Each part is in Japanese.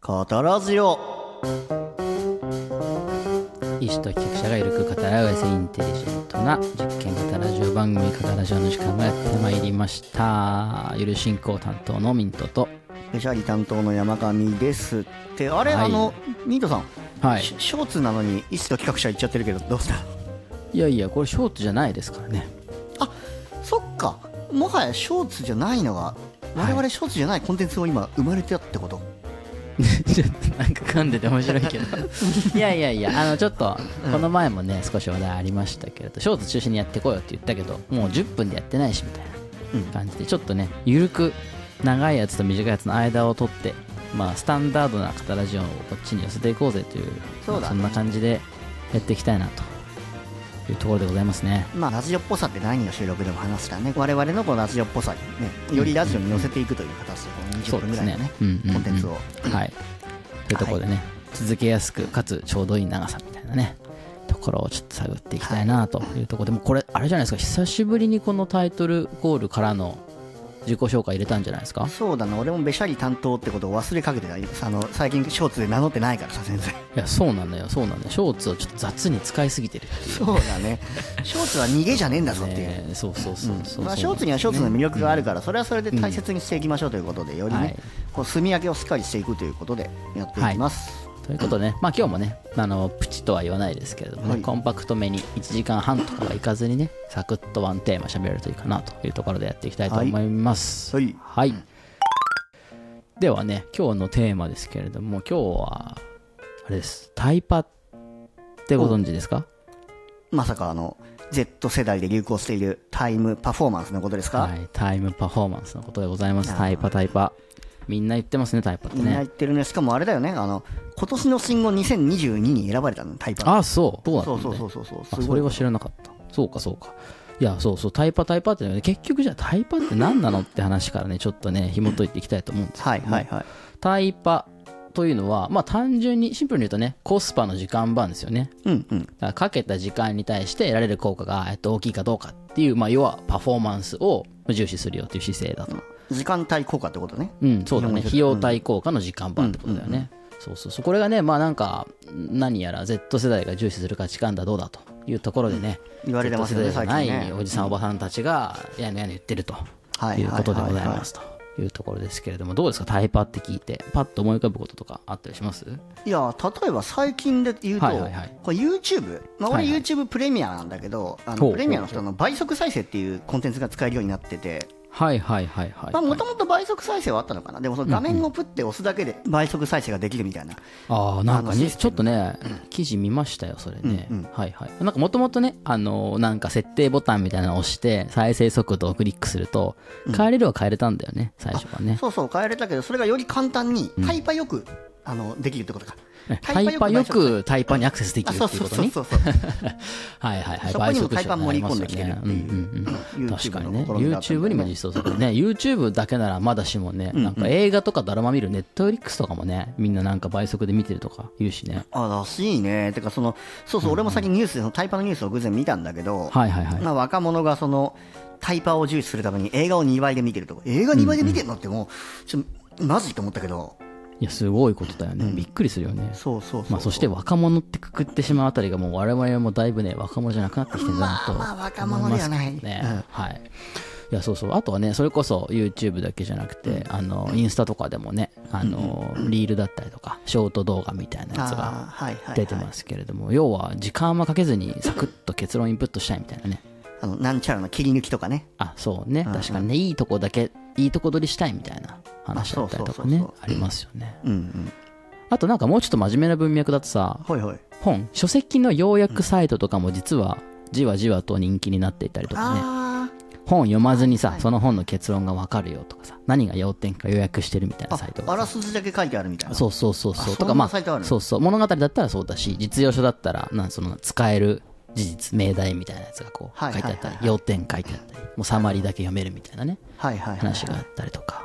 カタラジオ医師と企画者がゆるく語り合うインテリジェントな実験型ラジオ番組「カタラジオ」の時間がやってまいりましたゆる進行担当のミントとペシャリ担当の山上ですってあれ、はいあのミートさん、はいシショーツなのに一と企画者言っちゃってるけどどうしたいやいやこれショートじゃないですからねそっかもはやショーツじゃないのが我々ショーツじゃないコンテンツを今生まれてたってこと、 ちょっとなんか噛んでて面白いけど いやいやいやあのちょっとこの前もね少し話題ありましたけれどショート中心にやってこいよって言ったけどもう10分でやってないしみたいな感じでちょっとねゆるく長いやつと短いやつの間を取ってまあスタンダードな方ラジオをこっちに寄せていこうぜというそうだねまあそんな感じでやっていきたいなというところでございますねまあラジオっぽさって第二の収録でも話したね我々のこのラジオっぽさにねよりラジオに寄せていくという形でこの20分ぐらいのねそうですねうんうんうんコンテンツをはい。というところでね、続けやすく、かつちょうどいい長さみたいなね、ところをちょっと探っていきたいなというところで、もうこれ、あれじゃないですか、久しぶりにこのタイトルコールからの自己紹介入れたんじゃないですか。そうだな俺もべしゃり担当ってことを忘れかけてたあの最近ショーツで名乗ってないからさ先生いや、そうなんだよ、そうなんだよ。ショーツをちょっと雑に使いすぎてるっていう。そうだねショーツは逃げじゃねえんだぞっていう、ねそうそうそうそうそう。まあ、ショーツにはショーツの魅力があるから、それはそれで大切にしていきましょうということで、よりね、はいこう炭焼きをしっかりしていくということでやっていきます。ということでね、まあ今日もね、あの、プチとは言わないですけれどもね、はいコンパクトめに1時間半とかはいかずにね、サクッとワンテーマ喋れるといいかなというところでやっていきたいと思います。はいはい。ではね、今日のテーマですけれども、今日は、あれです、タイパってご存知ですかまさかあの Z 世代で流行しているタイムパフォーマンスのことですか、はい、タイムパフォーマンスのことでございます。あータイパタイパ。みんな言ってますね、タイパってみんな言ねっ。てるねしかもあれだよねあの今年の新語2022に選ばれたのタイパああ、そう。どうだったそんうだそうそうそうそうあすそごいれは知らなかったそうかそうかいやそうそうタイパタイパってね結局じゃあタイパって何なのって話からねちょっとね紐解いていきたいと思うんですはいはいはいタイパというのはまあ単純にシンプルに言うとねコスパの時間版ですよねうんうんだからかけた時間に対して得られる効果が、えっと、大きいかどうかっていう、まあ、要はパフォーマンスを重視するよっていう姿勢だと時間帯効果ってことねうん、そうだ日本語ね。で費用対効果の時間版ってことだよね。そうそうそう。これがね、まあなんか、何やら Z 世代が重視する価値観だどうだというところでね、言われてますよね Z 世代じゃ最な近いねおじさん、おばさんたちが、やのやの言ってるとはいいうことでございははますというところですけれども、どうですか、タイパって聞いて、パッと思い浮かぶこととかあったりしますいや例えば最近で言うと、はいはいはいこれ YouTube、まあ、は俺いはい YouTube プレミアなんだけど、あほのうプレミアの人の倍速再生っていうコンテンツが使えるようになっててはいはいはいはい。まあもともと倍速再生はあったのかなでもその画面をプッて押すだけで倍速再生ができるみたいな、ああなんかあのねシステムちょっとね記事見ましたよそれね、うんうんはいはいなんかもともとねあのーなんか設定ボタンみたいなのを押して再生速度をクリックすると変えれるは変えれたんだよね最初はねそうそう変えれたけどそれがより簡単にタイパよく、あのできるってことかタイパよ倍速くタイパにアクセスできあるそうっていうそうこそとうそねうそう はいはいはいそこにも倍速者になりまタイパ盛り込すよねんできてるっていううんうんうん YouTube 確かにねの試みだったんだ YouTube けどにも実装されるね YouTube だけならまだしもねなんか映画とかドラマ見る Netflix とかもねみんななんか倍速で見てるとか言うしねあらしいねてかそのそうそう俺も先にニュースでそのタイパのニュースを偶然見たんだけど、はいはいはいまあ、若者がそのタイパを重視するために映画を2倍で見てるとか映画2倍で見てるのってもうちょマジと思ったけどいやすごいことだよねびっくりするよねそうそうそうまあ、そして若者ってくくってしまうあたりがもう我々もだいぶね若者じゃなくなってきてるなとまあまあ若者ではない思ますけどね、うんはいいやそうそうあとはねそれこそ YouTube だけじゃなくて、あのインスタとかでもねあの、リールだったりとかショート動画みたいなやつあがーはいはいはい出てますけれども、要は時間はかけずにサクッと結論インプットしたいみたいなねあのなんちゃらの切り抜きとかねあそうね確かにねいいとこだけいいとこ取りしたいみたいな話だったりとかあねそうそうそうありますよねうんうんあとなんかもうちょっと真面目な文脈だとさほいほい本書籍の要約サイトとかも実はじわじわと人気になっていたりとかねあー本読まずにさその本の結論がわかるよとかさ何が要点か予約してるみたいなサイトあがあさらすじだけ書いてあるみたいなそうそうそうそあうとそかんまなサイトあるそうそう物語だったらそうだし実用書だったらなんその使える事実命題みたいなやつがこう書はいいてはあいはいったり要点書いてあったりもうサマリーだけ読めるみたいなねはいはいはい話があったりとか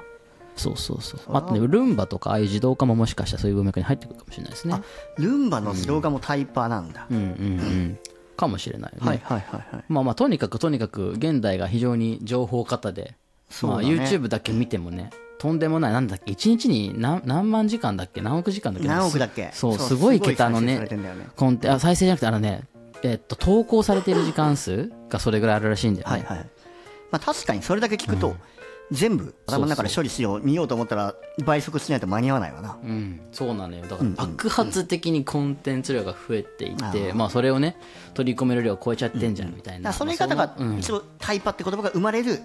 そうそうそうあとねルンバとかああいう自動化ももしかしたらそういう文脈に入ってくるかもしれないですねあルンバの自動画もタイパなんだ、うんうんうんかもしれないよねはいはいはいはいまあまあとにかくとにかく現代が非常に情報過多で、そまうあ、だね YouTube だけ見てもねとんでもないなんだっけ1日に何何万時間だっけ何億時間だっけ何億だっけそうそうすごいすごい桁の再生ねされてんだよねコンテあ再生じゃなくてあのねえっと投稿されてる時間数がそれぐらいあるらしいんだよね、はいはいまあ、確かにそれだけ聞くと、全部頭の中で処理しよう見ようと思ったら倍速しないと間に合わないわなうん、そうなのよだから爆発的にコンテンツ量が増えていって、まあ、それをね取り込める量を超えちゃってんじゃんみただかいな、らそれがだかまあそのらうん一応タイパって言葉が生まれる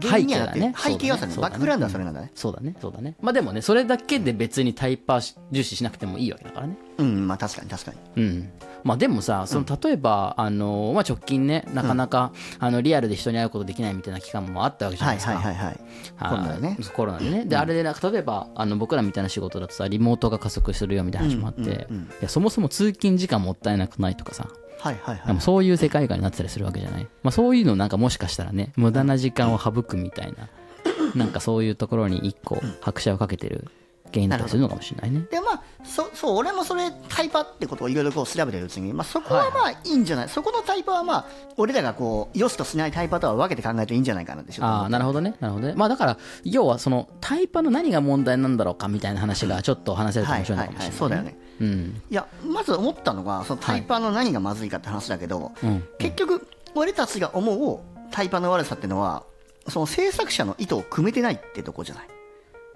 原因にはなってる背背景景はだねそれねそうだねバックグラウンドはそれなんだねそうだねそうだねまあでもねそれだけで別にタイパー重視しなくてもいいわけだからねうんまあ確かに確かにうんまあでもさその例えば、あのまあ、直近ねなかなか、あのリアルで人に会うことできないみたいな期間もあったわけじゃなはいいですか、はいはいはいコロナでねあーコロナでねであれでなんか例えばあの僕らみたいな仕事だとさリモートが加速するよみたいな話もあって、いやそもそも通勤時間もったいなくないとかさはいはいはでいもそういう世界観になってたりするわけじゃない、まあ、そういうのなんかもしかしたらね無駄な時間を省くみたいななんかそういうところに一個拍車をかけてる原因だったりするのかもしれないねでまあそそう俺もそれタイパってことをいろいろこう調べてるうちに、まあ、そこはまあいいんじゃない、そこのタイパはまあ俺らがこう良しとしないタイパとは分けて考えていいんじゃないかなってちょっと思あうあなるほどねなるほどねまあだから要はそのタイパの何が問題なんだろうかみたいな話がちょっと話せるとはい面白いはのいかもしはれないいそうだよねうんいやまず思ったのがそのタイパの何がまずいかって話だけど、うん結局俺たちが思うタイパの悪さってのはその制作者の意図を組めてないってとこじゃない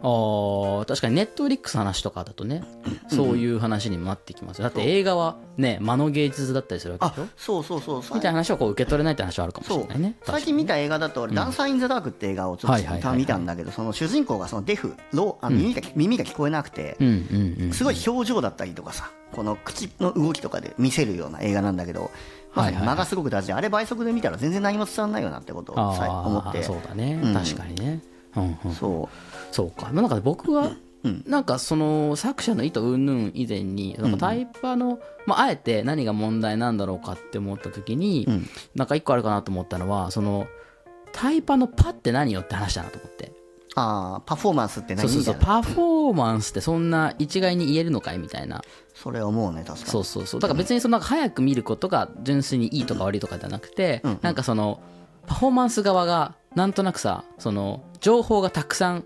ああ確かにネットフリックスの話とかだとねそういう話にもなってきますよだって映画はね間の芸術だったりするわあけでしょそうそうそうそうみたいな話をこう受け取れないって話はあるかもしそれうないね最近見た映画だと俺、ダンサー・イン・ザ・ダークって映画をちょはっいはいはいとはい見たんだけど、その主人公がそのデフ、ローあ耳が耳が聞こえなくてう、んうんうんすごい表情だったりとかさ、この口の動きとかで見せるような映画なんだけど、まさにはいはいは間いがすごく大事で、あれ倍速で見たら全然何も伝わらないよなってことをあさあ思って、そうだね、うん確かにね、うんうん、そそうかまあなんか僕は、なんかその作者の意図云々以前になんかタイパの、まあ、あえて何が問題なんだろうかって思った時に、んなんか一個あるかなと思ったのはそのタイパの「パ」って何よって話だなと思ってう、ああ、パフォーマンスってそう何そうみそたういな、パフォーマンスってそんな一概に言えるのかいみたいなそれ思うね、確かそに。うそうそうだから別にそのなんか早く見ることが純粋にいいとか悪いとかじゃなくて、なんかそのパフォーマンス側がなんとなくさその情報がたくさん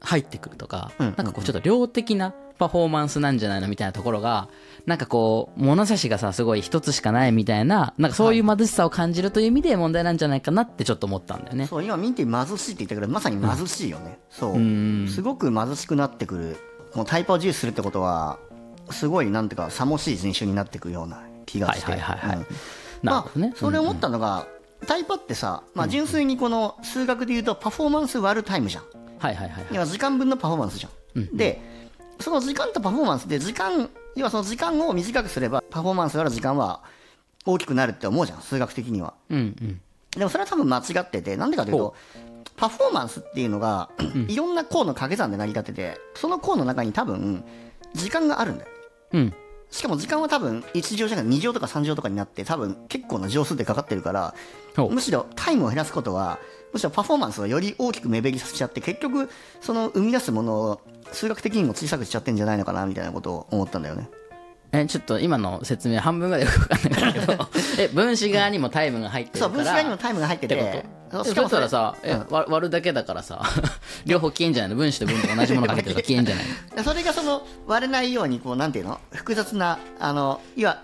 入ってくるとか、んうんうんなんかこうちょっと量的なパフォーマンスなんじゃないのみたいなところがなんかこう物差しがさすごい一つしかないみたいななんかそういう貧しさを感じるという意味で問題なんじゃないかなってちょっと思ったんだよね。そう今、ミンティ貧しいって言ったけど、まさに貧しいよね、そう、すごく貧しくなってくる、このタイパを重視するってことは、すごいなんていうか、さもしい人種になってくるような気がして、はいはいはいはいうんなるまほどねあ、それ思ったのが、タイパってさ、まあ、純粋にこの数学で言うと、パフォーマンス割るタイムじゃん、はいはいはいはい。要は時間分のパフォーマンスじゃん。で、その時間とパフォーマンスで、時間、要はその時間を短くすれば、パフォーマンス割る時間は大きくなるって思うじゃん、数学的には。うんうん。でもそれは多分間違ってて、なんでかというと、パフォーマンスっていうのが、いろんな項の掛け算で成り立ってて、その項の中に多分、時間があるんだよ。うん。しかも時間は多分、1乗じゃなくて2乗とか3乗とかになって、多分結構な乗数でかかってるから、ほうむしろタイムを減らすことは、むしろパフォーマンスをより大きく目減りさせちゃって、結局、その生み出すものを数学的にも小さくしちゃってんじゃないのかな、みたいなことを思ったんだよね。えちょっと今の説明半分ぐらいよくわかんないけ どえ分子側にもタイムが入ってるそかう、ら分子側にもタイムが入ってってて、そことうそしかうだもったらさ、それえわ割るだけだからさ 両方消えんじゃないの分子と分母同じものが入ってるから消えんじゃないのでそれがその割れないようにこうなんていうの複雑なあのいわ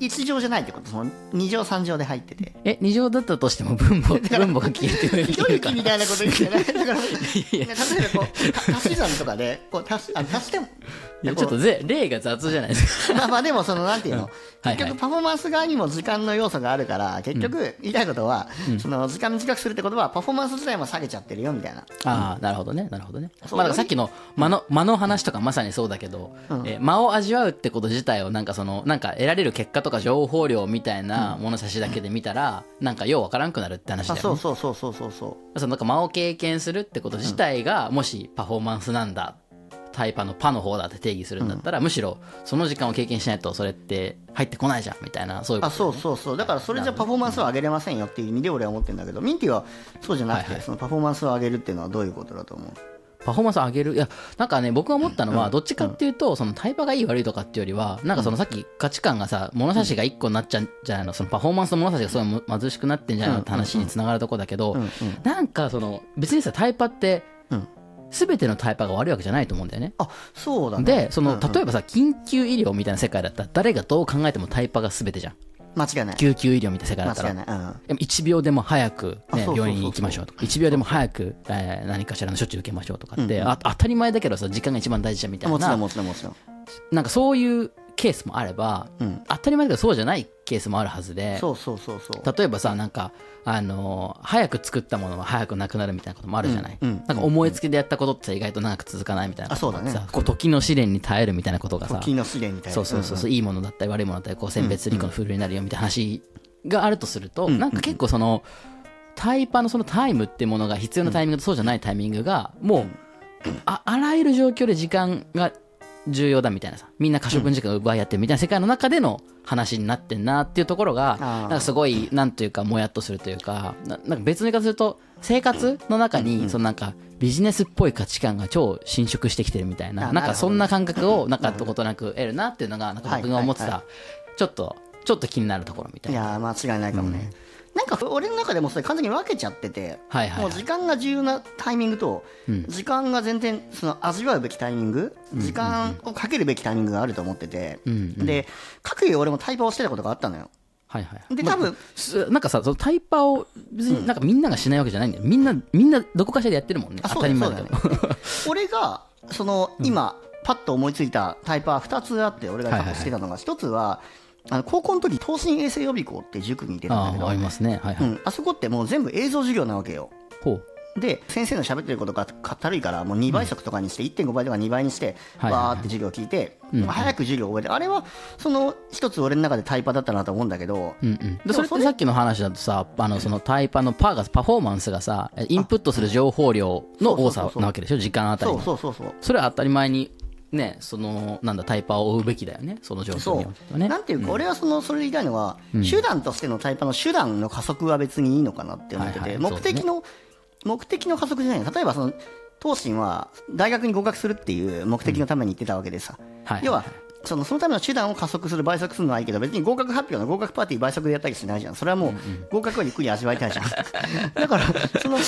1乗じゃないってことその2乗3乗で入ってて え二乗だったとしても分母 分母が消えてるひどい気みたいなこと言 ってないだから例えばこうた足し算とかでこう足しあ足してもいやちょっとぜ例が雑じゃないですか まあまあでもそのなんていうの、はい結局パフォーマンス側にも時間の要素があるから結局言いたいことは、その時間短くするってことはパフォーマンス自体も下げちゃってるよみたいなああなるほどねなるほどねまあそうだからさっきの間の間の話とかまさにそうだけど、えー間を味わうってこと自体をなんかそのなんか得られる結果とか情報量みたいな物差しだけで見たら、なんかようわからんくなるって話だあよねそうそうそうそうそうそうそのなんか間を経験するってこと自体がもしパフォーマンスなんだタイパのパの方だって定義するんだったら、むしろその時間を経験しないとそれって入ってこないじゃんみたいなそういうこあとそうそうそうだからそれじゃパフォーマンスを上げれませんよっていう意味で俺は思ってるんだけどミンティはそうじゃなくて、はいはいそのパフォーマンスを上げるっていうのはどういうことだと思うパフォーマンスを上げるいやなんかね僕が思ったのはどっちかっていうとそのタイパがいい悪いとかっていうよりはなんかそのさっき価値観がさ物差しが1個になっちゃうんじゃないのそのパフォーマンスの物差しがすごい貧しくなってんじゃないのって話につながるとこだけどなんかその別にさタイパってうん全てのタイパが悪いわけじゃないと思うんだよね。あそうだねで、その、うんうん例えばさ、緊急医療みたいな世界だったら、誰がどう考えてもタイパが全てじゃん。間違いない救急医療みたいな世界だった間違いらな。い、うん、でも1秒でも早く、あそうねそうそうそう、病院に行きましょうとか、1秒でも早く、えー何かしらの処置を受けましょうとかって、あ当たり前だけどさ、時間が一番大事じゃんみたいもちろんな、もちろんもちろんなんかそういうケースもあれば、うん当たり前だけどそうじゃないケースもあるはずで、そうそうそうそう例えばさ、なんか、あのー早く作ったものは早くなくなるみたいなこともあるじゃない、うんうんなんか思いつきでやったことってさ意外と長く続かないみたいなあそうだねさこう時の試練に耐えるみたいなことがさ時の試練みたいなそうそうそうそう、いいものだったり悪いものだったりこう選別利己のフルになるよみたいな話があるとすると、なんか結構そのタイパのそのタイムってものが必要なタイミングとそうじゃないタイミングがもう、ああらゆる状況で時間が重要だみたいなさみんな可処分時間を奪い合ってるみたいな世界の中での話になってんなっていうところがーなんかすごいなんというかもやっとするというかななんか別の言い方すると生活の中にそのなんかビジネスっぽい価値観が超侵食してきてるみたいあなななるんほどかそんな感覚をなんかどことなく得るなっていうのがなんか僕が思ってはいはたちょっとちょっと気になるところみたいいな。やー間違いないかもね、なんか俺の中でもそれ完全に分けちゃってて、はいはいはいもう時間が重要なタイミングと、ん時間が全然その味わうべきタイミング、時間をかけるべきタイミングがあると思ってて、うんうんで各位俺もタイパをしてたことがあったのよはいはい、でまあ多分すなんかさそのタイパを別になんかみんながしないわけじゃないんだよ、みんなみんなどこかしらでやってるもんねあそ当うただりよ前だけど 俺がその今、パッと思いついたタイパは2つあって俺が過はいはい去はいしてたのが、一1つはあの高校の時東進衛生予備校って塾にいてたんだあけあありどますねはいはうい、ん、あそこってもう全部映像授業なわけよほうで先生の喋ってることが軽いからもう2倍速とかにして1.5倍とか2倍にしてはいはいはいわーって授業を聞いてうん早く授業を覚えてあれはその一つ俺の中でタイパだったなと思うんだけどうんうん、もでそれっそてれさっきの話だとさあのそのタイパのパーがパフォーマンスがさインプットする情報量の多そうそうさそうそうなわけでしょ時間あたりそのうそうそうそうそれは当たり前にねそのなんだタイパを追うべきだよねその状況にそおいてうはねなんていうか俺はそのそれ言いたいのは手段としてのタイパの手段の加速は別にいいのかなって思ってはいてはいそう目ですね的の目的の加速じゃないの例えばその東進は大学に合格するっていう目的のために行ってたわけでさはい要はそのそのための手段を加速する倍速するのはいいけど別に合格発表の合格パーティー倍速でやったりしないじゃんそれはもう合格をゆっくり味わいた いじゃんだからその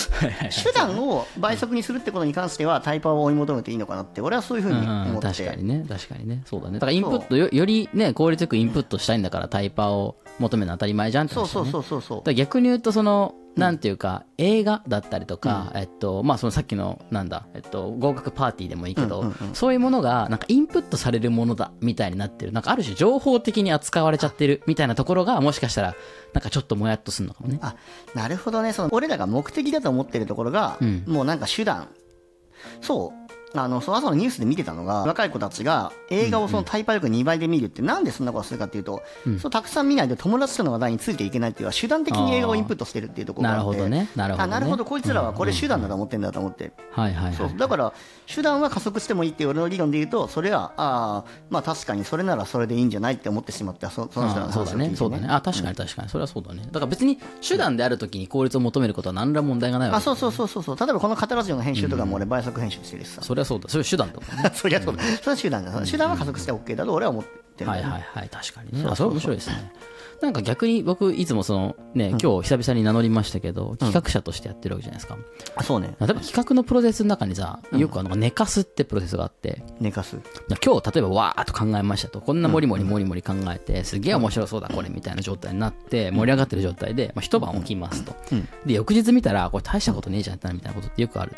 手段を倍速にするってことに関してはタイパを追い求めていいのかなって俺はそういうふううにんう思ん、って確かてにね確かにねそうだねだからインプットよよりね効率よくインプットしたいんだからタイパを求めるの当たり前じゃんってそう話だそうねそうそうそだから逆に言うとそのなんていうか、映画だったりとか、えっとまあ、そのさっきのなんだ、えっと、合格パーティーでもいいけど、そういうものがなんかインプットされるものだみたいになってるなんかある種情報的に扱われちゃってるみたいなところがもしかしたらなんかちょっともやっとするのかもね。あなるほどねその俺らが目的だと思ってるところが、んもうなんか手段そうあのその朝のニュースで見てたのが若い子たちが映画をそのタイパ力2倍で見るって、なんでそんなことするかっていうと、そうたくさん見ないと友達との話題についていけないっていうのは手段的に映画をインプットしてるっていうところがあなるってほどねなるほどあねなるほどこいつらはこれ手段だと思ってんだと思って、はいはいはそういだから手段は加速してもいいっていう俺の理論で言うとそれはああまあ確かにそれならそれでいいんじゃないって思ってしまったそその人のあ話そをうだ聞いてねそうだねあ確かに確かにそれはそうだねだから別に手段である時に効率を求めることは何ら問題がないわあけそうそうそうそうそう例えばこのカタラジオの編集とかも俺倍速編集してるしさ、それはそうだそれは手段だもんね そりゃそうだそれは手段だ手段は加速して OK だと俺は思ってるはいはいはい確かにねあそれ面白いですねなんか逆に僕いつもそのね今日久々に名乗りましたけど企画者としてやってるわけじゃないですかあそうね例えば企画のプロセスの中にさよくあの寝かすってプロセスがあって寝かす今日例えばわーっと考えましたとこんなもりもりもりもり考えてすげえ面白そうだこれみたいな状態になって盛り上がってる状態でまあ一晩起きますとで翌日見たらこれ大したことねえじゃんってなるみたいなことってよくある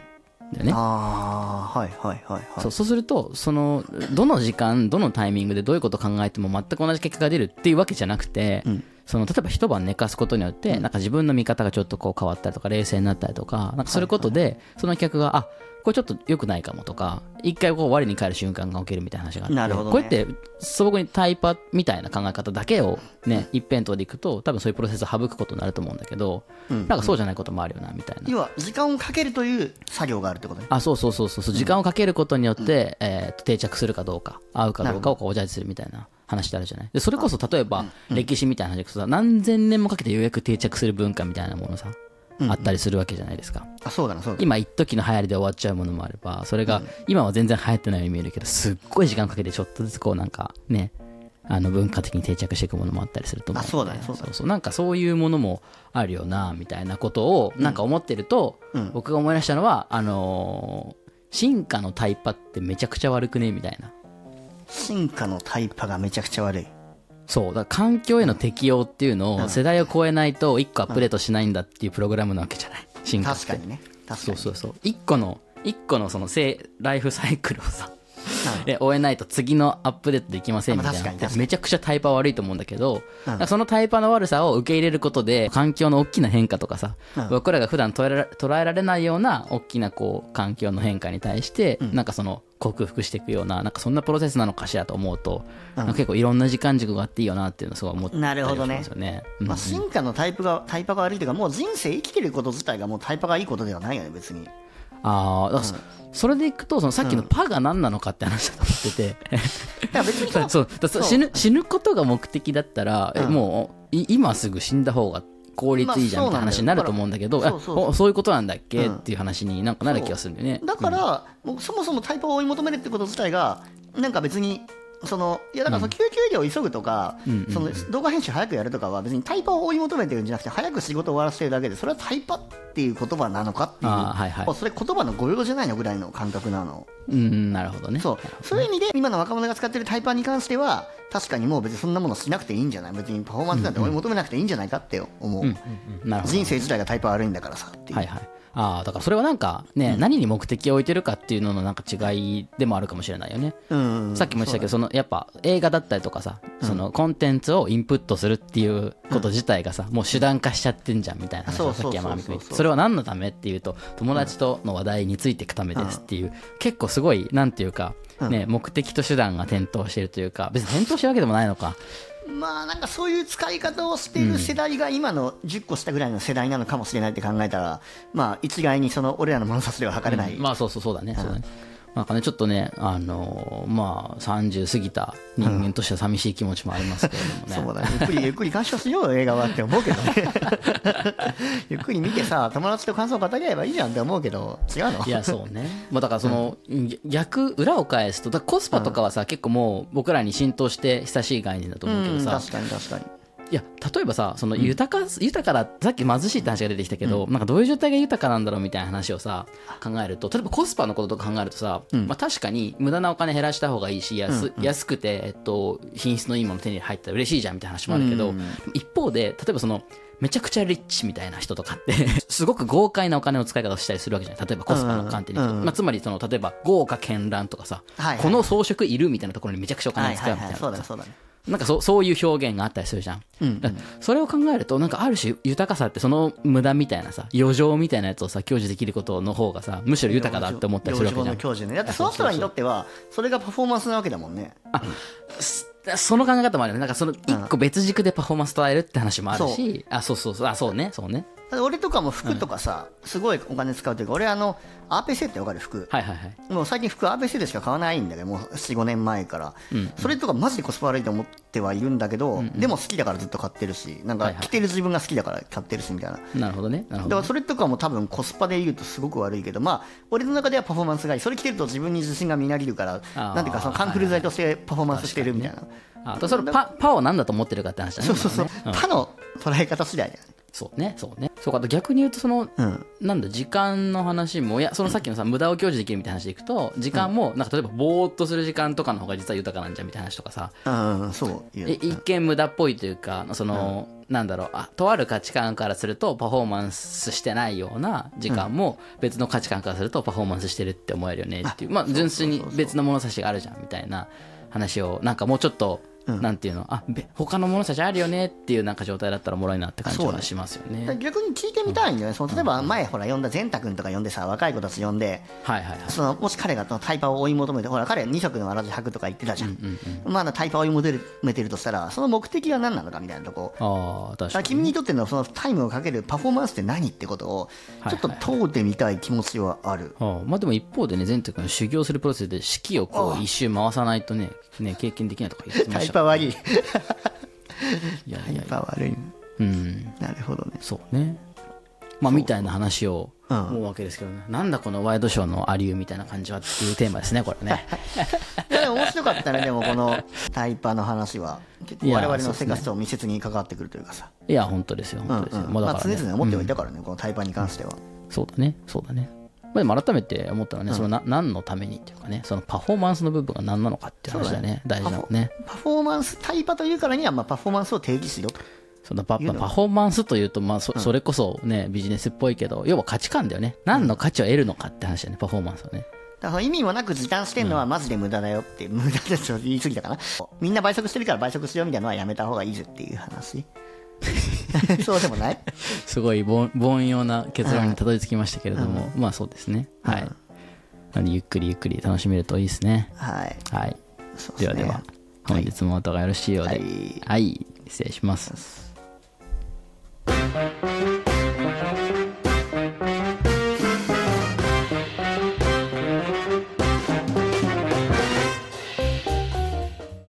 んだよねああはいはいはいはいそうそうするとそのどの時間どのタイミングでどういうことを考えても全く同じ結果が出るっていうわけじゃなくて、その例えば一晩寝かすことによってなんか自分の見方がちょっとこう変わったりとか冷静になったりとかなんかすることでその客があこれちょっと良くないかもとか一回こう我に返る瞬間が起きるみたいな話があってなるほどねこうやって素朴にタイパみたいな考え方だけをね一辺倒でいくと多分そういうプロセスを省くことになると思うんだけど、なんかそうじゃないこともあるよなみたいな。要は時間をかけるという作業があるってことねあそうそうそうそうそう時間をかけることによって、えーと定着するかどうか合うかどうかをこうおジャッジするみたいな話ってあるじゃないでそれこそ例えば歴史みたいな話だけどさ何千年もかけてようやく定着する文化みたいなものさあったりするわけじゃないですかあそうだなそうだな今一時の流行りで終わっちゃうものもあればそれが今は全然流行ってないように見えるけどすっごい時間かけてちょっとずつこうなんかねあの文化的に定着していくものもあったりすると思あそうだねそうだねそうそうなんかそういうものもあるよなみたいなことをなんか思ってると、僕が思い出したのはあのー進化のタイパってめちゃくちゃ悪くねみたいな進化のタイパがめちゃくちゃ悪い。そうだから環境への適応っていうのうをん世代を超えないと1個アップデートしないんだっていうプログラムなわけじゃない進化って確かにね。確かそうに。そうそう1個の一個のその生ライフサイクルをさうんで終えないと次のアップデートできませんみたいまあ確かなに確かにめちゃくちゃタイパ悪いと思うんだけど、うんなんかそのタイパの悪さを受け入れることで環境の大きな変化とかさ、うん僕らが普段捉えら捉えられないような大きなこう環境の変化に対して、なんかその克服していくようななんかそんなプロセスなのかしらと思うと、なんか結構いろんな時間軸があっていいよなっていうのをすごい思ったりなしるほどねますよね。うんまあ、進化のタイプが、タイパが悪いというか、もう人生生きてること自体がもうタイパがいいことではないよね、別に。あーだからそそれでいくとそのさっきの「パ」が何なのかって話だと思って て。だから別にそのそうだそうそう死ぬ死ぬことが目的だったら、えうんもうい今すぐ死んだ方が効率いいじゃんまあって話になると思うんだけど、そうなんだよだからそうあそうそうおそういうことなんだっけ、うんっていう話になんかなる気がするんだよね。だから、もうそもそもタイパを追い求めるってこと自体が、なんか別に、そのいやだからその救急医療を急ぐとか、んその動画編集早くやるとかは、別にタイパを追い求めてるんじゃなくて、早く仕事を終わらせてるだけで、それはタイパっていう言葉なのかっていう、あーはいはいあそれ、言葉の誤用じゃないのぐらいの感覚なの。うん、うんなるほどね。そうそういう意味で、今の若者が使ってるタイパーに関しては、確かにもう別にそんなものしなくていいんじゃない別にパフォーマンスなんて追い求めなくていいんじゃないかって思う。なるほど人生自体がタイパー悪いんだからさっていう。はいはい。ああだからそれはなんかね、何に目的を置いてるかっていうののなんか違いでもあるかもしれないよね。うんうんさっきも言ったけどそのやっぱ映画だったりとかさ、そのコンテンツをインプットするっていうこと自体がさ、もう手段化しちゃってんじゃんみたいな話そをうさそっうきそうそう山上君言ってそれは何のためっていうと友達との話題についていくためですっていう、結構すごいなんていうか、ね、目的と手段が転倒してるというか別に転倒してるわけでもないのかまあなんかそういう使い方をしている世代が今の10個下ぐらいの世代なのかもしれないって考えたら、まあ一概にその俺らの物差しでは測れない。まあそうそうそうだねそうだねなんかねちょっとねあのーまあ30過ぎた人間としては寂しい気持ちもありますけれどもね、そうだね、ゆっくりゆっくり鑑賞しようよ映画はって思うけどね ゆっくり見てさ友達と感想を語り合えばいいじゃんって思うけど違うのいやそう ね、まあ、だからその、ぎ逆裏を返すとだからコスパとかはさ、結構もう僕らに浸透して親しい概念だと思うけどうんさ、確かに確かにいや例えばさその豊か,、豊かださっき貧しいって話が出てきたけど、なんかどういう状態が豊かなんだろうみたいな話をさ考えると例えばコスパのこととか考えるとさ、まあ、確かに無駄なお金減らした方がいいし安,、安くて、えっと、品質のいいもの手に入ったら嬉しいじゃんみたいな話もあるけど、うん一方で例えばそのめちゃくちゃリッチみたいな人とかってすごく豪快なお金の使い方をしたりするわけじゃない例えばコスパの観点で言うと、うんうんまあ、つまりその例えば豪華絢爛とかさ、はいはいこの装飾いるみたいなところにめちゃくちゃおはい金をは使ういみたは、いないそうだねそうだねなんかそそういう表現があったりするじゃん。だからそれを考えると、なんかある種豊かさってその無駄みたいなさ、余剰みたいなやつをさ、享受できることの方がさ、むしろ豊かだって思ったりするわけじゃのん。教授ねだってその人らにとってはそれがパフォーマンスなわけだもんねそその考え方もあるよね。なんかその一個別軸でパフォーマンス捉えるって話もあるし、あ、そうそうそう、あ、そうね、そうね。だって俺とかも服とかさ、すごいお金使うというか俺あの RPC ってわかる服はいはいはい。もう最近服 RPC でしか買わないんだけどもう45年前から、それとかマジでコスパ悪いと思ってはいるんだけど、でも好きだからずっと買ってるしなんはかいはい着てる自分が好きだから買ってるしみたいな、なるほどね。なだるほかどらね。それとかも多分コスパで言うとすごく悪いけど、まあ、俺の中ではパフォーマンスがいい、それ着てると自分に自信がみなぎるから、あーなんていうか、そのカンフル剤としてパフォーマンスしてるみたいな、あとそれパ、パを何だと思ってるかって話だね。そうそうそう、今のね他の捉え方次第だよね。そうね、そうね。そうか、あと逆に言うと、その、うんなんだ、時間の話も、いや、そのさっきのさ、無駄を享受できるみたいな話でいくと、時間も、なんか例えば、ぼーっとする時間とかの方が実は豊かなんじゃんみたいな話とかさ、うんうん、そういうえ一見無駄っぽいというか、その、なんだろうあ、とある価値観からすると、パフォーマンスしてないような時間も、別の価値観からすると、パフォーマンスしてるって思えるよねっていう、まあ、純粋に別の物差しがあるじゃんみたいな話を、なんかもうちょっと、なんていうのあべ他の物差しあるよねっていうなんか状態だったらおもろいなって感じそうはだしますよね。逆に聞いてみたいんじゃないその例えば前、ほら、呼んだ善太君とか呼んでさ、若い子たち呼んで、はいはいはい。そのもし彼がそのタイパを追い求めて、ほら、彼、二色のわらじ履くとか言ってたじゃん。まあ、タイパを追い求めてるとしたら、その目的は何なのかみたいなとこ、ああ、確だかからに。君にとってのそのタイムをかけるパフォーマンスって何ってことをはちょいっと問うてみたい気持ちはある、ああまあでも一方でね、前提君、修行するプロセスで四季をこう一周回さないとね、ね経験できないとか言ってまタしイた。パ悪いいやタいイや、パ悪いうん、なるほどねそうね。まあみたいな話をうん思うわけですけどね、なんだこのワイドショーのありゆうみたいな感じはっていうテーマですね、こ れね。いやでも面白かったねでもこ のタイパの話は結構いや我々そうのですね生活と密接に関わってくるというかさいや、本当ですよ、うん本当ですうよ。んもうまだあか常らね、々思ってはいたからねこのタイパに関してはそうだね、そうだね。まあ、でも改めて思ったのはね、そのな何のためにっていうかねそのパフォーマンスの部分が何なのかっていう話だね大事なのねパフォーマンス、タイパというからには、まあ、パフォーマンスを定義しろと。そのパパパフォーマンスというと、まあそ、それこそねビジネスっぽいけど要は価値観だよね何の価値を得るのかって話だよねパフォーマンスはねだから意味もなく時短してんのはマジで無駄だよって、無駄ですよ言い過ぎたかな。みんな倍速してるから倍速しようみたいなのはやめた方がいいぜっていう 話。そうでもないすごい凡凡庸な結論にたどり着きましたけれども、まあそうですねはい、なのでゆっくりゆっくり楽しめるといいですねはい。はいそうですはねでは、本日も音がよろしいようで、ははいい、失礼します。